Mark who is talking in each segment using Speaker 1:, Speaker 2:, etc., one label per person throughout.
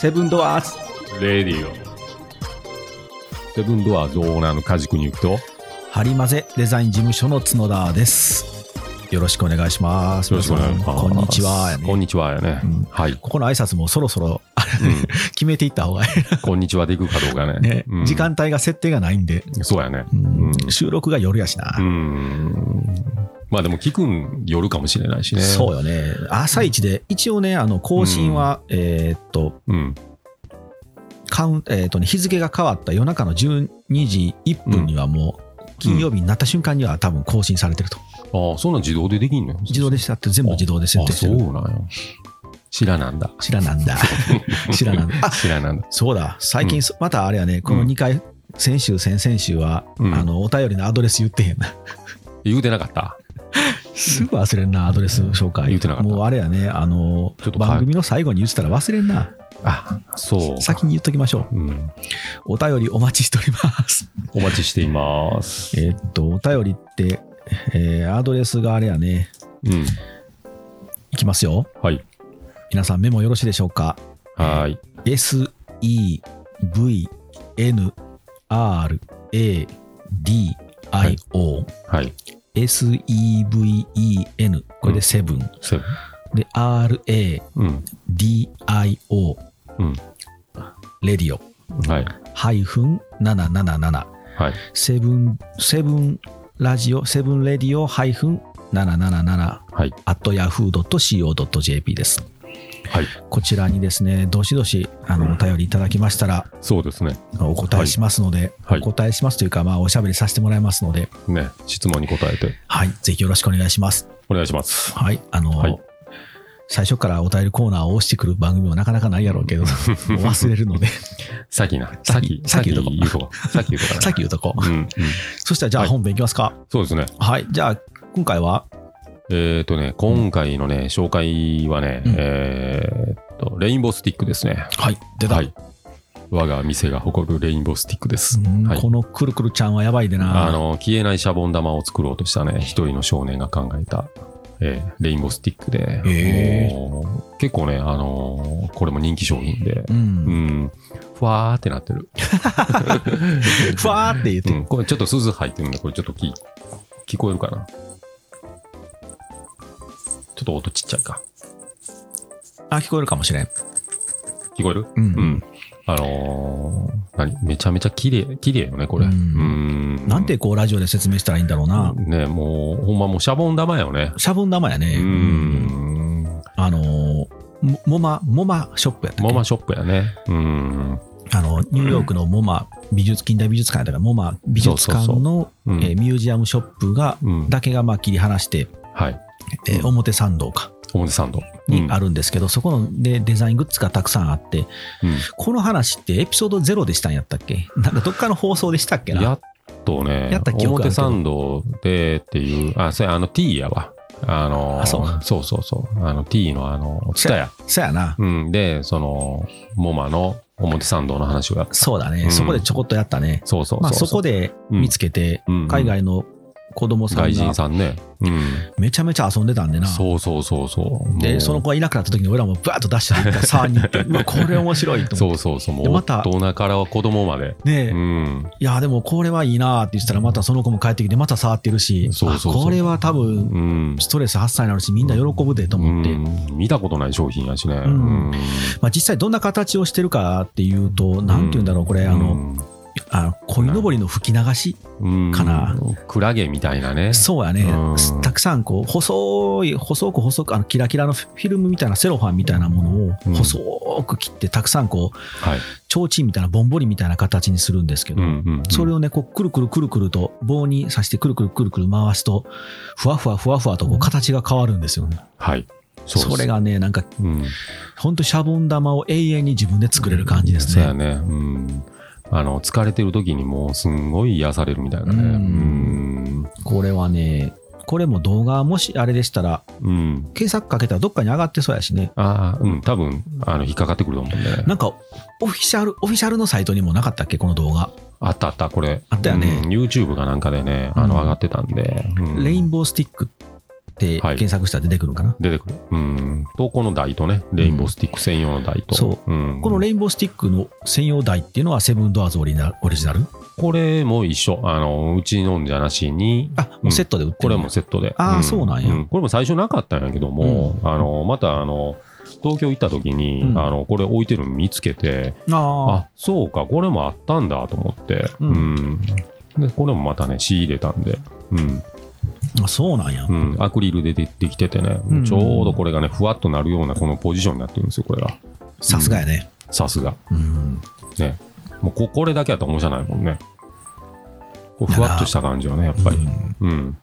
Speaker 1: セブンドアーズ
Speaker 2: レディオ。セブンドアーズオーナーの梶君に行くと、
Speaker 1: ハリマゼデザイン事務所の角田ですよろしくお願いします
Speaker 2: よろしくお願いします。
Speaker 1: こんにちはやね
Speaker 2: こんにちはやね。
Speaker 1: うん
Speaker 2: はい。
Speaker 1: ここの挨拶もそろそろ あれ
Speaker 2: う
Speaker 1: 決めていった方がい
Speaker 2: ん、こんにちはで行くかどうか
Speaker 1: いね
Speaker 2: ね。、うん
Speaker 1: 時。間帯が設定がないんで、
Speaker 2: そうやね。
Speaker 1: う
Speaker 2: うんん。
Speaker 1: 収録が夜やしな、
Speaker 2: うんまあでも、聞くん夜かもしれないしね。
Speaker 1: そうよね朝一で一応ねあの更新は、えーっと
Speaker 2: うん。
Speaker 1: カウンえーっとね日付が変わった夜中の12時1分にはもう、金曜日になった瞬間には多分更新されてると
Speaker 2: ああ、そんなん自動でできんの
Speaker 1: 自動でしたって全部自動で設
Speaker 2: あ、
Speaker 1: 定して
Speaker 2: そ
Speaker 1: る
Speaker 2: うなんや。知らなんだ。
Speaker 1: 知らなん だ知らなんだあ
Speaker 2: 知らなんだ。
Speaker 1: そうだ最近
Speaker 2: うん
Speaker 1: そまたあれやねこの
Speaker 2: うん
Speaker 1: 2回、先週先々週は、
Speaker 2: うん
Speaker 1: あのお便りのアドレス言ってへ んな
Speaker 2: 言うてなかった。
Speaker 1: すぐ忘れんなアドレス紹介
Speaker 2: 言ってなかった
Speaker 1: もうあれやねあの
Speaker 2: ちょっとか
Speaker 1: 番組の最後に言ってたら忘れんな
Speaker 2: あ、そう。
Speaker 1: 先に言っときましょう
Speaker 2: うん。
Speaker 1: お便りお待ちしており ます。
Speaker 2: お待ちしています。
Speaker 1: えーっと、お便りって、えーアドレスがあれやね。
Speaker 2: うん。
Speaker 1: いきますよ。
Speaker 2: はい。
Speaker 1: 皆さんメモよろしいでしょうか。
Speaker 2: はーい。
Speaker 1: S, E, V, N, R, A, D, I, O、
Speaker 2: はい。
Speaker 1: S, E, V, E, N。これでセブン。
Speaker 2: セブ
Speaker 1: で、R, A,
Speaker 2: ン。
Speaker 1: D, I, O、
Speaker 2: うん。
Speaker 1: レディオ、
Speaker 2: うん。はい。
Speaker 1: ハイフン777。
Speaker 2: はい。
Speaker 1: セブン、セブンラジオ、セブンレディオハイフン777。
Speaker 2: はい。
Speaker 1: at yahoo.co.jp です。
Speaker 2: はい。
Speaker 1: こちらにですね、どしどしあのお便りいただきましたら、
Speaker 2: そうですね。
Speaker 1: お答えしますので、
Speaker 2: はいはい
Speaker 1: お答えしますというか、まあ、おしゃべりさせてもらいますので、
Speaker 2: ね。質問に答えて
Speaker 1: はい、ぜひよろしくお願いします。
Speaker 2: お願いします。
Speaker 1: はい、あの、
Speaker 2: はい
Speaker 1: 最初からお便りコーナーを押してくる番組もなかなかないやろう けど、もう忘れるので、
Speaker 2: 先な。先。
Speaker 1: 先言うとこ
Speaker 2: 言うとこ。 先言うとこな。
Speaker 1: さっき言うとこ。
Speaker 2: うん。うん。
Speaker 1: そしたら、じゃあ
Speaker 2: はい
Speaker 1: 本編いきますか。
Speaker 2: そうですね。
Speaker 1: はい、じゃあ、今回は、
Speaker 2: えっとね、今回のね、紹介はね
Speaker 1: うん、
Speaker 2: えっと、レインボースティックですね。
Speaker 1: はい、出た。
Speaker 2: はい。我が店が誇るレインボースティックです。
Speaker 1: うん
Speaker 2: はい
Speaker 1: このくるくるちゃんはやばいでな。
Speaker 2: あの、消えないシャボン玉を作ろうとしたね、一人の少年が考えた、えーレインボースティックで、
Speaker 1: へー
Speaker 2: もう結構ね、あのーこれも人気商品で
Speaker 1: う、ん
Speaker 2: う、ん、ふわーってなってる。
Speaker 1: ふわーって言って、
Speaker 2: うん、これちょっと鈴入ってるんで、これちょっと聞聞こえるかな。ちょっと音ちっちゃいか。
Speaker 1: あ、聞こえるかもしれん。
Speaker 2: 聞こえる
Speaker 1: うん
Speaker 2: うん。あのー何めちゃめちゃ綺麗、綺麗よね、これ。
Speaker 1: う
Speaker 2: うんん。
Speaker 1: なんてこうラジオで説明したらいいんだろうな。
Speaker 2: ねもう、ほんまもうシャボン玉よね。
Speaker 1: シャボン玉やね。
Speaker 2: うん。
Speaker 1: あのー、モモマ、モマショップやったっけ
Speaker 2: ママショップやね。うん。
Speaker 1: あの、ニューヨークのモマ美術、近代美術館やったから、モマ美術館
Speaker 2: そうそう
Speaker 1: の
Speaker 2: うん
Speaker 1: えーミュージアムショップが、
Speaker 2: うん
Speaker 1: だけがまあ切り離して、
Speaker 2: はい。
Speaker 1: えー表参道か。
Speaker 2: 表参道。
Speaker 1: にあ
Speaker 2: る。
Speaker 1: るんですけど、そこのでデザイングッズがたくさんあって、
Speaker 2: うん
Speaker 1: この話ってエピソードゼロでしたんやったっけなんかどっかの放送でしたっけな
Speaker 2: やっとね、
Speaker 1: やった記憶ある
Speaker 2: 表
Speaker 1: けど
Speaker 2: 参道でっていう、あ、それあの T やわ。あのー
Speaker 1: あそう
Speaker 2: そうそうそう。あの T のあの、ツタヤ。
Speaker 1: そやな。
Speaker 2: うん。で、その、モマの表参道の話をやった。
Speaker 1: そうだね、
Speaker 2: うん
Speaker 1: そこでちょこっとやったね。
Speaker 2: そうそうそう。
Speaker 1: まあそこで見つけて、
Speaker 2: うん
Speaker 1: 海外の子供さんが
Speaker 2: 外人さんね。うん。
Speaker 1: めちゃめちゃ遊んでたんでな。
Speaker 2: そうそうそうそう。も
Speaker 1: で、
Speaker 2: う
Speaker 1: その子がいなくなった時に俺らもバーッと出して一回触りに行って、うわ、これ面白いと
Speaker 2: そ
Speaker 1: 思っ
Speaker 2: うそうそう。も
Speaker 1: で
Speaker 2: う
Speaker 1: ま
Speaker 2: 大
Speaker 1: た
Speaker 2: 人から子供まで。
Speaker 1: て。ねえ、い
Speaker 2: うん。
Speaker 1: や、でもこれはいいなって言ってたら、またその子も帰ってきて、また触ってるし、
Speaker 2: そうそうそう
Speaker 1: あこれは多分、
Speaker 2: うん。
Speaker 1: ストレス発散になるし、みんな喜ぶでと思って。
Speaker 2: うん見たことない商品やしね。
Speaker 1: んまあ、実際どんな形をしてるかっていうと、なんて言うんだろう、これ、あの、あの、鯉のぼりの吹き流し
Speaker 2: うん、
Speaker 1: かな
Speaker 2: うん。クラゲみたいなね。
Speaker 1: そうやね、
Speaker 2: うん
Speaker 1: たくさんこう細い細く細くあのキラキラのフィルムみたいなセロファンみたいなもの
Speaker 2: う
Speaker 1: を
Speaker 2: ん
Speaker 1: 細く切ってたくさんこう
Speaker 2: はい。
Speaker 1: 提灯みたいなぼんぼりみたいな形にするんですけど、
Speaker 2: うんうんうん
Speaker 1: それをねこうくるくるくるくると棒に刺してくるくるくるくる回すとふわふわふわふわとこう形が変わるんですよね、
Speaker 2: はい。う
Speaker 1: そ
Speaker 2: です
Speaker 1: れ、がねなんか
Speaker 2: うん、
Speaker 1: ほんとシャボン玉を永遠に自分で作れる感じです
Speaker 2: そうや
Speaker 1: ね、
Speaker 2: ね。うん。あの、疲れてる時にもうすんごい癒されるみたいなね。うん。
Speaker 1: これはねこれも動画もしあれでしたら
Speaker 2: うん。
Speaker 1: 検索かけたらどっかに上がってそうやしね
Speaker 2: ああ、うん。多分、あの、引っかかってくると思うんで、ね。
Speaker 1: なんか、オフィシャル、オフィシャルのサイトにもなかったっけ、この動画。
Speaker 2: あったあった、これ。
Speaker 1: あったよね
Speaker 2: うん YouTube かなんかでね、あの、
Speaker 1: うん
Speaker 2: 上がってたんで。うん
Speaker 1: レインボースティックで
Speaker 2: はい
Speaker 1: 検索したら出てくるんかな。
Speaker 2: 出てくる。うん。投稿の台とね、レインボースティック専用の台と。
Speaker 1: そ
Speaker 2: うん
Speaker 1: このレインボースティックの専用台っていうのはセブンドアーズオリジナルオリジナル
Speaker 2: これも一緒。あの、うちのんじゃなしに、
Speaker 1: あ、もうセットで売って
Speaker 2: こ
Speaker 1: る、
Speaker 2: れもセットで。
Speaker 1: あーそうなんや
Speaker 2: これも最初なかったんやけども、あの、また、あの、東京行った時に、
Speaker 1: うん
Speaker 2: あの、これ置いてるの見つけて、
Speaker 1: あ
Speaker 2: あ、そうか、これもあったんだと思って、
Speaker 1: う
Speaker 2: うん。で、これもまたね、仕入れたんで、うん。
Speaker 1: ーあ、そうなんや。
Speaker 2: うん、アクリルででできててね、
Speaker 1: うん
Speaker 2: ちょうどこれがね、ふわっとなるようなこのポジションになってるんですよ、これが。
Speaker 1: さすがやね。
Speaker 2: さすが。
Speaker 1: うん。
Speaker 2: ね。もうここれだけやったら面白ないもんね。こうふわっとした感じはね、やっぱり
Speaker 1: う。ん
Speaker 2: うん。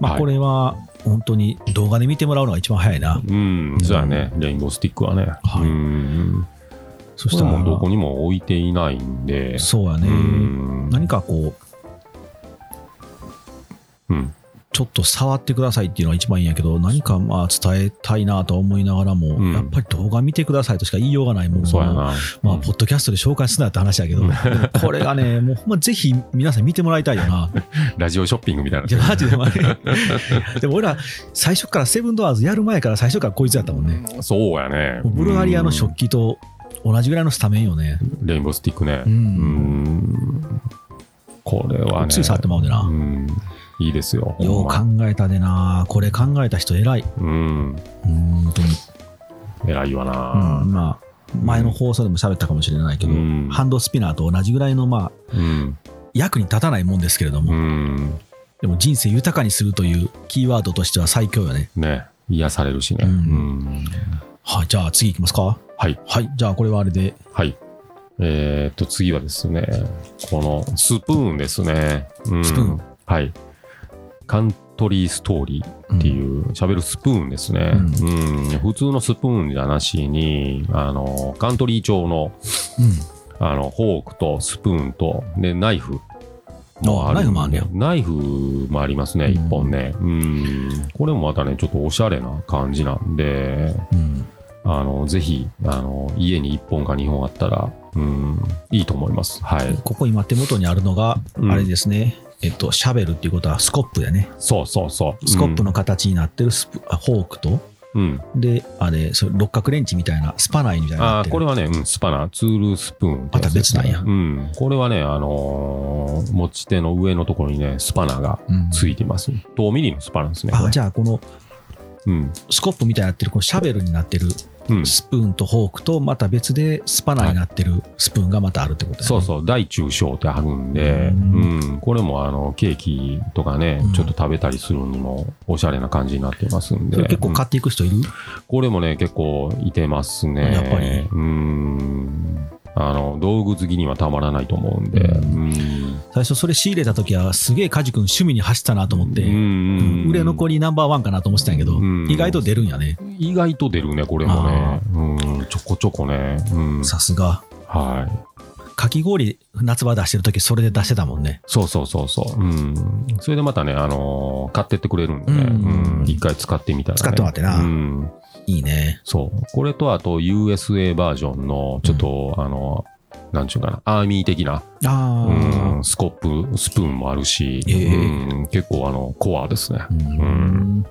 Speaker 1: ま
Speaker 2: は
Speaker 1: あ、
Speaker 2: い
Speaker 1: これは本当に動画で見てもらうのが一番早いな。
Speaker 2: うん、そうやね、レインボースティックはね。
Speaker 1: はい
Speaker 2: うん。
Speaker 1: そ
Speaker 2: こ
Speaker 1: し
Speaker 2: れ
Speaker 1: たら
Speaker 2: も、どこにも置いていないんで。
Speaker 1: そうや
Speaker 2: う
Speaker 1: ね。
Speaker 2: ん。
Speaker 1: 何かこう、
Speaker 2: うん。
Speaker 1: ちょっと触ってくださいっていうのが一番いいんやけど、何かまあ伝えたいなとは思いながらも、
Speaker 2: うん
Speaker 1: やっぱり動画見てくださいとしか言いようがないもの
Speaker 2: そうやな。
Speaker 1: まあ、ポッドキャストで紹介すなよって話だけど、でもこれがね、もうほんまぜひ皆さん見てもらいたいよ な。。
Speaker 2: ラジオショッピングみたいない
Speaker 1: や、マジでマジで。でも俺ら、最初からセブンドアーズやる前から最初からこいつやったもんね。
Speaker 2: そうやね。
Speaker 1: もうブルガリアの食器と同じぐらいのスタメンよね。
Speaker 2: うんレインボースティックね。
Speaker 1: うん
Speaker 2: うん。これはね。
Speaker 1: つい触ってまうでな。
Speaker 2: うん。いいですよ。
Speaker 1: よう
Speaker 2: ほん
Speaker 1: 考えたでな。これ考えた人偉い。
Speaker 2: まうん。
Speaker 1: うーんとに。
Speaker 2: 偉いわな
Speaker 1: うん、。まあ、前の放送でも喋ったかもしれないけど、
Speaker 2: うん
Speaker 1: ハンドスピナーと同じぐらいの、まあ、
Speaker 2: うん。
Speaker 1: 役に立たないもんですけれども、
Speaker 2: うん。
Speaker 1: でも人生豊かにするというキーワードとしては最強よね。
Speaker 2: ね。癒されるしね。う
Speaker 1: うん
Speaker 2: ん。
Speaker 1: はい、じゃあ次行きますか。
Speaker 2: はい。
Speaker 1: はい、じゃあこれはあれで。
Speaker 2: はい。えーっと、次はですね、このスプーンですね。うん
Speaker 1: スプーン
Speaker 2: はい。カントリーストーリー
Speaker 1: うん
Speaker 2: っていう、喋るスプーンですね。
Speaker 1: う
Speaker 2: うん。普通のスプーンじゃなしに、あの、カントリー調の、
Speaker 1: うん
Speaker 2: あの、フォークとスプーンと、で、ナイフ。
Speaker 1: あナイフもあんねや
Speaker 2: ナイフもありますね、
Speaker 1: うん
Speaker 2: 一本ね。うん。これもまたね、ちょっとおしゃれな感じなんで、
Speaker 1: うん
Speaker 2: あの、ぜひ、あの、家に1本か2本あったら、うん、いいと思います。はい。
Speaker 1: ここ今手元にあるのが
Speaker 2: う、ん
Speaker 1: あれですね、えっと、シャベルっていうことはスコップだね。
Speaker 2: そうそうそう。
Speaker 1: スコップの形になってるスプ、あフォークと、
Speaker 2: うん。うん。
Speaker 1: で、あれ、それ六角レンチみたいな、スパナイみたいにな
Speaker 2: あ
Speaker 1: っ
Speaker 2: あ、
Speaker 1: てる。
Speaker 2: これはね、うん、スパナ、ツールスプーンってやつですね。
Speaker 1: また別なん
Speaker 2: うん。これはね、あのー持ち手の上のところにね、スパナが
Speaker 1: うん
Speaker 2: ついてます。10ミリのスパナですね。こ
Speaker 1: あ
Speaker 2: れ
Speaker 1: じゃあこの
Speaker 2: うん。
Speaker 1: スコップみたいになってるこのシャベルになってる
Speaker 2: うん。
Speaker 1: スプーンとフォークとまた別でスパナになってるスプーンがまたあるってことだね
Speaker 2: そうそう、大中小ってあるんで、
Speaker 1: う
Speaker 2: う
Speaker 1: んん、
Speaker 2: これもあのケーキとかね、
Speaker 1: うん
Speaker 2: ちょっと食べたりするにもおしゃれな感じになってますんで、
Speaker 1: これ結構買っていく人いる、
Speaker 2: うんこれもね、結構いてますね。
Speaker 1: やっぱり
Speaker 2: うん。あの、道具好きにはたまらないと思うんで、うん。
Speaker 1: 最初それ仕入れた時はすげえ梶君趣味に走ったなと思って、
Speaker 2: うん
Speaker 1: 売れ残りナンバーワンかなと思ってたんやけど、
Speaker 2: うん
Speaker 1: 意外と出るんやね
Speaker 2: 意外と出るね、これもね。うん、ちょこちょこね。うん。
Speaker 1: さすが
Speaker 2: はい。
Speaker 1: かき氷夏場出してる時それで出してたもんね
Speaker 2: そうそうそうそう。うん。それでまたね、あのー買ってってくれるんでね。
Speaker 1: うん
Speaker 2: うん一回使ってみたら、ね。
Speaker 1: 使ってもらってな
Speaker 2: うん。
Speaker 1: いいね
Speaker 2: そう。これとあと USA バージョンの、ちょっと、あの、なんちゅうかな、アーミー的な、
Speaker 1: あ
Speaker 2: う
Speaker 1: あ
Speaker 2: ん、スコップ、スプーンもあるし、
Speaker 1: ええ
Speaker 2: うん、結構あの、コアですね。
Speaker 1: うん、
Speaker 2: うん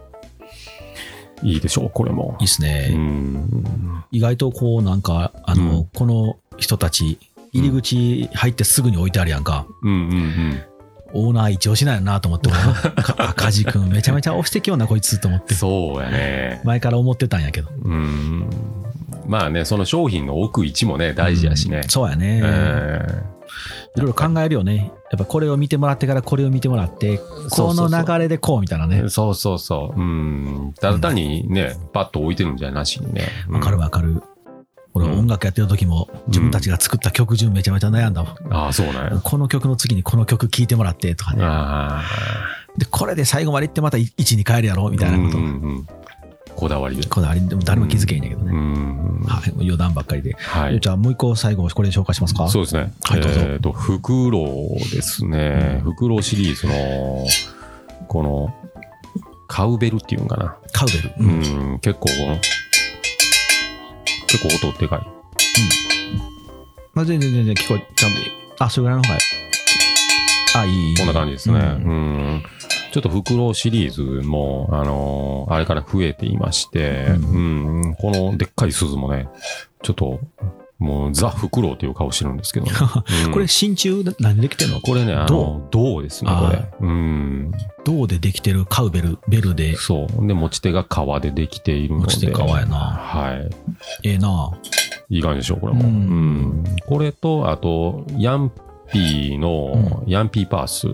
Speaker 2: いいでしょう、これも
Speaker 1: いい。っすね、
Speaker 2: うん。
Speaker 1: 意外とこうなんかあの、
Speaker 2: うん
Speaker 1: この人たち入り口入ってすぐに置いてあるやんか、
Speaker 2: うんうんうん。
Speaker 1: オーナー一押しなんやなと 思って俺はかあ梶君めちゃめちゃ押してきようなこいつと思って
Speaker 2: そうやね。
Speaker 1: 前から思ってたんやけど
Speaker 2: うん。まあね、その商品の奥位置もね、大事やしね
Speaker 1: うん。そうやね、
Speaker 2: え
Speaker 1: いろいろ考えるよねやっぱこれを見てもらってからこれを見てもらって
Speaker 2: そう
Speaker 1: こ
Speaker 2: そう
Speaker 1: の
Speaker 2: そう
Speaker 1: 流れでこうみたいなね
Speaker 2: えそうそうそう。うん。ただ単にね、パッと置いてるんじゃなしにね。
Speaker 1: わかるわかる俺
Speaker 2: うん
Speaker 1: 音楽やってる時も自分たちが作った曲順めちゃめちゃ悩んだもん、
Speaker 2: うん。ああ、そうなんや。
Speaker 1: この曲の次にこの曲聴いてもらってとかね
Speaker 2: あ
Speaker 1: でこれで最後まで行ってまた1に変えるやろ
Speaker 2: あ。
Speaker 1: みたいなこと、
Speaker 2: うんうんうんこだわりで。
Speaker 1: こだわりでも誰も気づけへんやけどね、
Speaker 2: うん。
Speaker 1: はい、余談ばっかりで。
Speaker 2: はい。
Speaker 1: じゃあもう一個最後、これで紹介しますか。
Speaker 2: そうですね。
Speaker 1: はいどうぞ
Speaker 2: えっと、フクロウですね。フクロウシリーズの、この、カウベルっていうんかな。
Speaker 1: カウベル。
Speaker 2: う
Speaker 1: うん
Speaker 2: ん、結構、結構音でかい。
Speaker 1: まあ、全然全然聞こえちゃうんで。あ、それぐらいの方がいい。あ、いい。
Speaker 2: こんな感じですね。う
Speaker 1: うん
Speaker 2: ん。ちょっとフクロウシリーズも、あのーあれから増えていまして、
Speaker 1: う
Speaker 2: うん、このでっかい鈴もね、ちょっと、もうザ・フクロウという顔してる んですけど、ねうん
Speaker 1: これ、真鍮な何できてんの
Speaker 2: これね、あの、銅ですね、こ
Speaker 1: あ
Speaker 2: れ。うん。
Speaker 1: 銅でできてるカウベル、ベルで、
Speaker 2: そう。で、持ち手が革でできているので。
Speaker 1: 持ち手革やな
Speaker 2: はい。
Speaker 1: ええな。
Speaker 2: いい感じでしょ、これも。
Speaker 1: う
Speaker 2: うんん。これと、あと、ヤンピーの、ヤンピーパース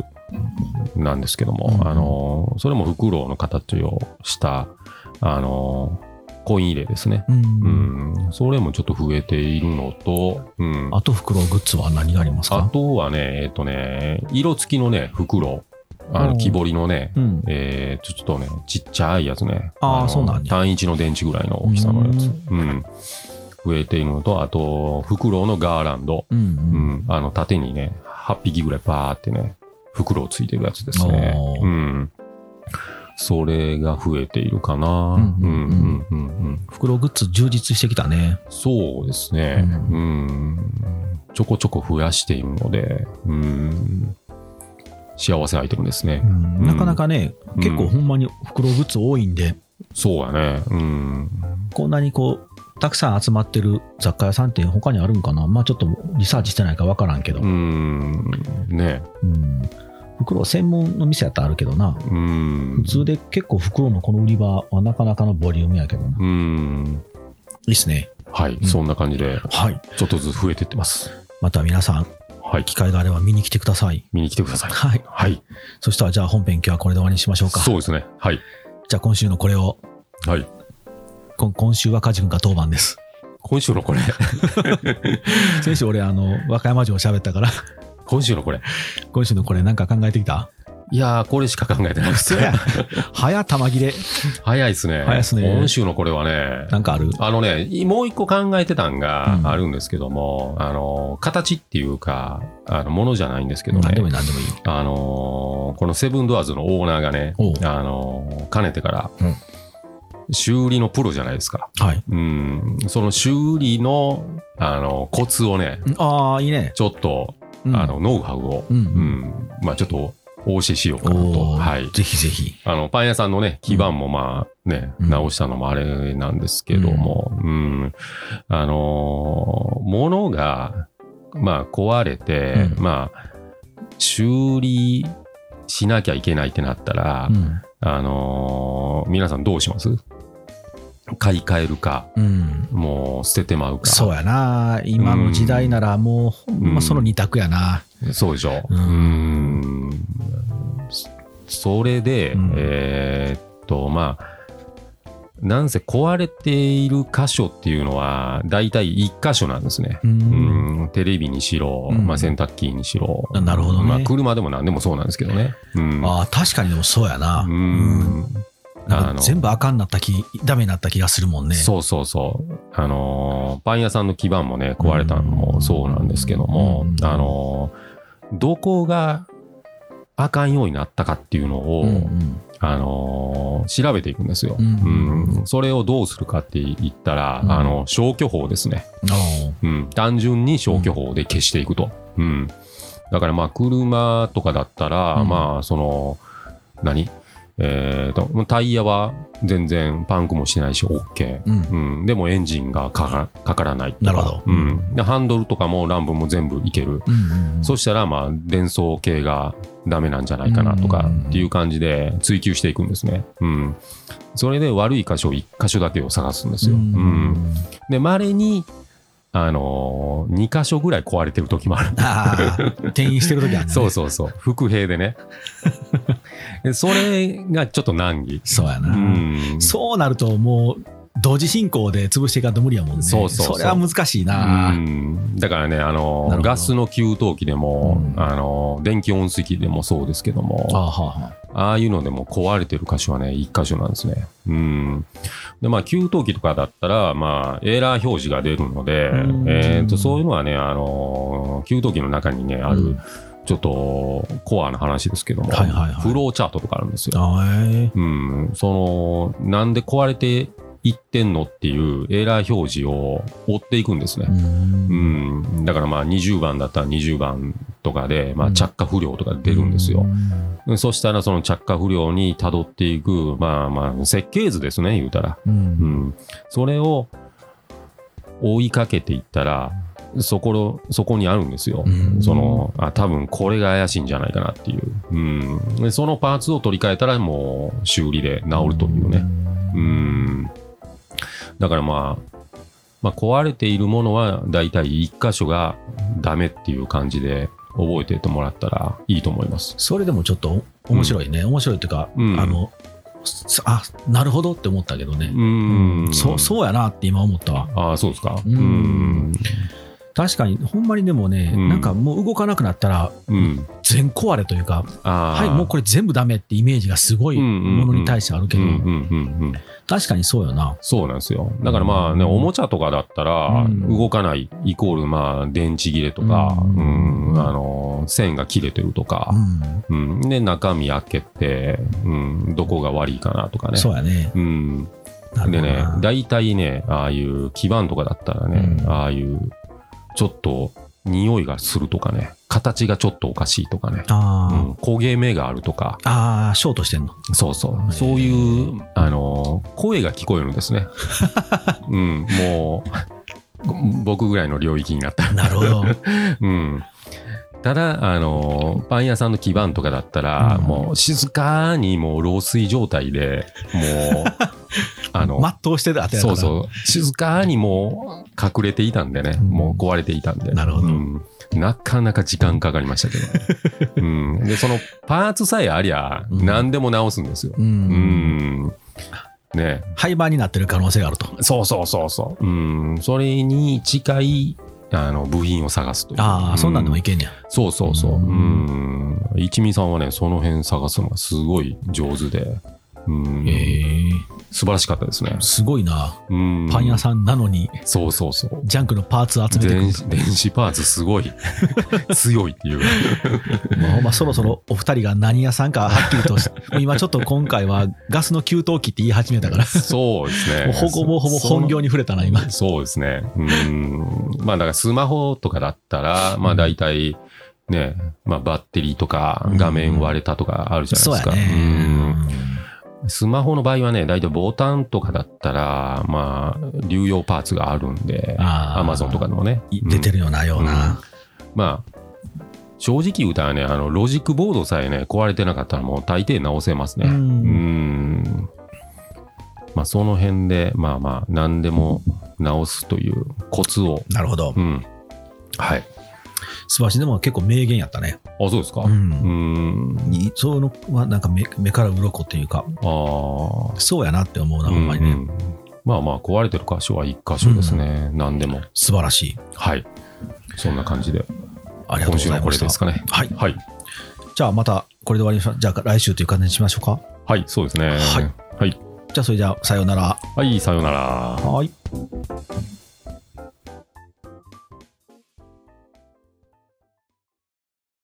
Speaker 2: なんですけども、
Speaker 1: うん
Speaker 2: あの、それもフクロウの形をした、あの、コイン入れですね。
Speaker 1: う。
Speaker 2: うんん。それもちょっと増えているのと、うん。
Speaker 1: あと袋グッズは何があります
Speaker 2: あ
Speaker 1: か
Speaker 2: とはね、えっとね、色付きのね、フクロウ。
Speaker 1: お
Speaker 2: あ
Speaker 1: う
Speaker 2: の、木彫りのね、
Speaker 1: うん。
Speaker 2: えー、ちょっとね、ちっちゃいやつね。
Speaker 1: あー
Speaker 2: の
Speaker 1: そうなんや
Speaker 2: 単一の電池ぐらいの大きさのやつ。
Speaker 1: う
Speaker 2: うん。増えているのと、あと、フクロウのガーランド。
Speaker 1: うん
Speaker 2: う
Speaker 1: うん。
Speaker 2: ん。あの、縦にね、8匹ぐらいバーってね、フクロウついてるやつですね
Speaker 1: おー。
Speaker 2: うん。それが増えているかな。
Speaker 1: うう
Speaker 2: うんんうんん
Speaker 1: う
Speaker 2: うんうん。
Speaker 1: 袋グッズ充実してきたね。
Speaker 2: そうですね。
Speaker 1: う
Speaker 2: うん。ちょこちょこ増やしているので、うん。幸せアイテムですね。
Speaker 1: うん
Speaker 2: うん
Speaker 1: なかなかね、
Speaker 2: うん
Speaker 1: 結構ほんまに袋グッズ多いんで、
Speaker 2: そうやね。うん。
Speaker 1: こんなにこう、たくさん集まってる雑貨屋さんって他にあるんかなまあちょっとリサーチしてないから分からんけど
Speaker 2: うー。ん、ね
Speaker 1: うん。袋専門の店やったらあるけどな。
Speaker 2: うーん。
Speaker 1: 普通で結構袋のこの売り場はなかなかのボリュームやけどな。
Speaker 2: うーん。
Speaker 1: いいっすね。
Speaker 2: はい、
Speaker 1: ん
Speaker 2: そんな感じで、
Speaker 1: はい。
Speaker 2: ちょっとずつ増えてってます。
Speaker 1: また皆さん、
Speaker 2: はい、
Speaker 1: 機会があれば見に来てください。
Speaker 2: 見に来てください。
Speaker 1: はい。
Speaker 2: はい、
Speaker 1: そしたらじゃあ本編今日はこれで終わりにしましょうか。
Speaker 2: そうですね。はい、
Speaker 1: じゃあ今週のこれを、
Speaker 2: はい。
Speaker 1: こ今週はカジ君が当番です。
Speaker 2: 今週のこれ、
Speaker 1: 先週俺あの、和歌山城喋ったから、
Speaker 2: 今週のこれ。
Speaker 1: 今週のこれなんか考えてきた
Speaker 2: いやー、これしか考えてないです。
Speaker 1: 早玉切れ。
Speaker 2: 早いですね。
Speaker 1: 早いっすね
Speaker 2: 今週のこれはね、
Speaker 1: なんかある
Speaker 2: あのね、いもう一個考えてたん
Speaker 1: うん
Speaker 2: があるんですけども、あの、形っていうか、あの、ものじゃないんですけど
Speaker 1: 何でもい
Speaker 2: ね、
Speaker 1: い何でもいい。
Speaker 2: あのー、このセブンドアーズのオーナーがね
Speaker 1: おう、
Speaker 2: あのー、かねてから
Speaker 1: うん、
Speaker 2: 修理のプロじゃないですか。
Speaker 1: はい。
Speaker 2: うん、その修理のあのコツをね、
Speaker 1: ああ、いいね。
Speaker 2: ちょっと、
Speaker 1: うん
Speaker 2: あ、のノウハウを、
Speaker 1: うんう。
Speaker 2: うんんまあ、ちょっとお教えしようかなと、
Speaker 1: おお、
Speaker 2: はい、
Speaker 1: ぜひぜひ。
Speaker 2: あのパン屋さんの、ね、基盤もまあ、ね
Speaker 1: うん
Speaker 2: 直したのもあれなんですけども、うんあのー物が、まあ、壊れて、
Speaker 1: うん
Speaker 2: まあ、修理しなきゃいけないってなったら、
Speaker 1: うん。
Speaker 2: あのー皆さんどうします買い替えるか
Speaker 1: うん。
Speaker 2: もう捨ててまうか。
Speaker 1: そうやな。今の時代ならもう、
Speaker 2: ん
Speaker 1: まあ、その二択やな。
Speaker 2: そうでしょ。
Speaker 1: うん
Speaker 2: ん。それで、
Speaker 1: うん
Speaker 2: えーっと、まあ、なんせ壊れている箇所っていうのは、大体1箇所なんですね。
Speaker 1: うん
Speaker 2: うん、テレビにしろ、
Speaker 1: うん
Speaker 2: まあ、洗濯機にしろ、
Speaker 1: ななるほどね
Speaker 2: まあ、車でも何でもそうなんですけどね。うん、
Speaker 1: ああ、確かにでもそうやな。
Speaker 2: う
Speaker 1: うん
Speaker 2: ん
Speaker 1: な
Speaker 2: あ
Speaker 1: んか
Speaker 2: の
Speaker 1: 全部あかんなった気、ダメになった気がするもんね。
Speaker 2: そうそうそう。あのーパン屋さんの基盤もね、壊れたのもそうなんですけども、
Speaker 1: うん
Speaker 2: あのーどこがあかんようになったかっていうのを、
Speaker 1: うんうん
Speaker 2: あのー調べていくんですよ。
Speaker 1: う
Speaker 2: うんんそれをどうするかって言ったら、
Speaker 1: うん
Speaker 2: あの消去法ですね、
Speaker 1: おう
Speaker 2: うん。単純に消去法で消していくと。うん、だからまあ車とかだったら、
Speaker 1: うん
Speaker 2: まあその何えー、とタイヤは全然パンクもしてないし OK、
Speaker 1: うん
Speaker 2: うん、でもエンジンがかかかからないと
Speaker 1: な
Speaker 2: か
Speaker 1: るほど
Speaker 2: うん、でハンドルとかも乱暴も全部いける、
Speaker 1: うんうん
Speaker 2: そしたらまあ伝送系がダメなんじゃないかなとかっていう感じで追求していくんですね、うん、それで悪い箇所1箇所だけを探すんですよ、
Speaker 1: う
Speaker 2: うんん
Speaker 1: うん
Speaker 2: でまれに、あのー、2箇所ぐらい壊れてる時も ある
Speaker 1: ああ、転院してる時あるね。
Speaker 2: そうそうそう副兵 でねでそれがちょっと難儀
Speaker 1: そうや
Speaker 2: う
Speaker 1: な。
Speaker 2: ん
Speaker 1: そうなるともう、同時進行で潰していかんと無理やもんね。
Speaker 2: そうそうそう
Speaker 1: れは難しいうな。
Speaker 2: んだからね、あ
Speaker 1: なるほ
Speaker 2: の
Speaker 1: ど
Speaker 2: ガスの給湯器でも、
Speaker 1: うん
Speaker 2: あの電気温水器でもそうですけど
Speaker 1: ああ
Speaker 2: も、
Speaker 1: はあは
Speaker 2: ああいうのでも壊れてる箇所はね、一箇所なんですね。うん、で、まあ、給湯器とかだったら、まあ、エラー表示が出るので
Speaker 1: うん、
Speaker 2: えーとそういうのはね、あの給湯器の中にね、ある、
Speaker 1: うん
Speaker 2: ちょっとコアな話ですけども、
Speaker 1: はいはいはい
Speaker 2: フローチャートとかあるんですよ。
Speaker 1: ああええ
Speaker 2: うん、そのなんで壊れて行ってんのっていうエラー表示を追っていくんですね
Speaker 1: う。ん
Speaker 2: うん、だからまあ20番だったら20番とかで、まあ、着火不良とか出るんですよ。そしたらその着火不良にたどっていく、まあまあ設計図ですね、言うたら。
Speaker 1: うん
Speaker 2: うん、それを追いかけていったらそこのそこにあるんですよ、
Speaker 1: うん
Speaker 2: そのあ多分これが怪しいんじゃないかなっていう、うん、でそのパーツを取り替えたらもう修理で治るというね、うん、だからまあまあ、壊れているものはだいたい1箇所がダメっていう感じで覚えてってもらったらいいと思います。
Speaker 1: それでもちょっと面白いね、面白いっていうか、
Speaker 2: うん
Speaker 1: あのすあなるほどって思ったけどね、
Speaker 2: うん、
Speaker 1: そそうやなって今思ったわ
Speaker 2: ああそうですか。
Speaker 1: うん確かにほんまにでもね、
Speaker 2: うん
Speaker 1: なんかもう動かなくなったら
Speaker 2: うん、うん、
Speaker 1: 全壊れというか
Speaker 2: ああ
Speaker 1: はいもうこれ全部ダメってイメージがすごい
Speaker 2: うんうんうん
Speaker 1: ものに対してあるけど、
Speaker 2: うんうんうんうん、
Speaker 1: 確かにそうよな
Speaker 2: そうなんですよ。だからまあね、
Speaker 1: うん
Speaker 2: おもちゃとかだったら
Speaker 1: う、ん
Speaker 2: 動かないイコールまあ電池切れとか、
Speaker 1: う
Speaker 2: うんん、あの、線が切れてると
Speaker 1: う
Speaker 2: か、
Speaker 1: ん、
Speaker 2: うん、で、中身開けて、うん、どこが悪いかなとかね。
Speaker 1: そうやね
Speaker 2: うん。
Speaker 1: なる
Speaker 2: で
Speaker 1: ほど
Speaker 2: ね
Speaker 1: な、
Speaker 2: 大体ね、ああいう基板とかだったらね
Speaker 1: う、ん
Speaker 2: ああいう、ちょっと匂いがするとかね、形がちょっとおかしいとかね、う
Speaker 1: あ
Speaker 2: ん、焦げ目があるとか、
Speaker 1: ー、あーショートしてんの
Speaker 2: そうそう。そういう、あのー、声が聞こえるん ですね。うん、もう、僕ぐらいの領域になった。
Speaker 1: なるほ ど
Speaker 2: うん。ただ、あのー、パン屋さんの基板とかだったら、
Speaker 1: うん
Speaker 2: もう静かにもう漏水状態で、もう、あの、
Speaker 1: 全うしてたってやつ
Speaker 2: そう
Speaker 1: う
Speaker 2: そう。静かにもう隠れていたんでね、
Speaker 1: うん
Speaker 2: もう壊れていたんで。
Speaker 1: なるほど
Speaker 2: うんなかなか時間かかりましたけ ど、ねうん。で、そのパーツさえありゃ、
Speaker 1: うん
Speaker 2: 何でも直すんですよ。
Speaker 1: う
Speaker 2: うんん。ね
Speaker 1: 廃盤になってる可能性があると
Speaker 2: そうそうそうそう。うん。それに近い、あの、部品を探すという。
Speaker 1: ああ、そんなんでもいけんねや
Speaker 2: そうそうそう。
Speaker 1: う
Speaker 2: うんん。一味さんはね、その辺探すのがすごい上手で。うん。
Speaker 1: へえ
Speaker 2: 素晴らしかったですね。
Speaker 1: すごいな
Speaker 2: うん。
Speaker 1: パン屋さんなのに
Speaker 2: ん。そうそうそう。
Speaker 1: ジャンクのパーツ集めてく
Speaker 2: 電
Speaker 1: る
Speaker 2: 子電子パーツす ごい強いっていう。
Speaker 1: まあ、ほんまそろそろお二人が何屋さんかはっきりと しもう今ちょっと今回はガスの給湯器って言い始めたから、
Speaker 2: そうです
Speaker 1: もう
Speaker 2: ね。
Speaker 1: ほぼほぼ本業に触れたな、今。
Speaker 2: そうですね。うん。まあだからスマホとかだったら、まあ大体ね、まあバッテリーとか画面割れたとかあるじゃない
Speaker 1: そう
Speaker 2: です
Speaker 1: や
Speaker 2: か。
Speaker 1: ね。
Speaker 2: うんスマホの場合はね、大体ボタンとかだったら、まあ流用パーツがあるんで、
Speaker 1: あ
Speaker 2: ア
Speaker 1: ー
Speaker 2: マゾンとかでもね。
Speaker 1: い出てるようなような。
Speaker 2: まあ、正直言うたらね、あの、ロジックボードさえね、壊れてなかったらもう大抵直せますね。
Speaker 1: う
Speaker 2: うんん。まあ、その辺で、まあまあ、何でも直すというコツを。
Speaker 1: なるほど
Speaker 2: う。ん。はい。
Speaker 1: 素晴らしい。でも結構名言やったね。
Speaker 2: あ、そうですか。
Speaker 1: う。
Speaker 2: うんん。
Speaker 1: いそのはなんか目目から鱗というか、
Speaker 2: あ
Speaker 1: そうやなって思うな、
Speaker 2: あ。
Speaker 1: ほんまに
Speaker 2: う
Speaker 1: ね。
Speaker 2: んまあまあ、壊れてる箇所は一箇所ですね。何でも。
Speaker 1: 素晴らしい。
Speaker 2: はい。そんな感じで、
Speaker 1: ありがとうご
Speaker 2: 今週
Speaker 1: ざ
Speaker 2: はいこ
Speaker 1: ま
Speaker 2: れ
Speaker 1: した
Speaker 2: ですかね。
Speaker 1: はい。
Speaker 2: はい。
Speaker 1: じゃあまたこれで終わりましょう。じゃあ来週という感じにしましょうか。
Speaker 2: はい、そうですね。
Speaker 1: はい
Speaker 2: はい。
Speaker 1: じゃあそれじゃあさようなら。
Speaker 2: はい、さようなら。
Speaker 1: はい。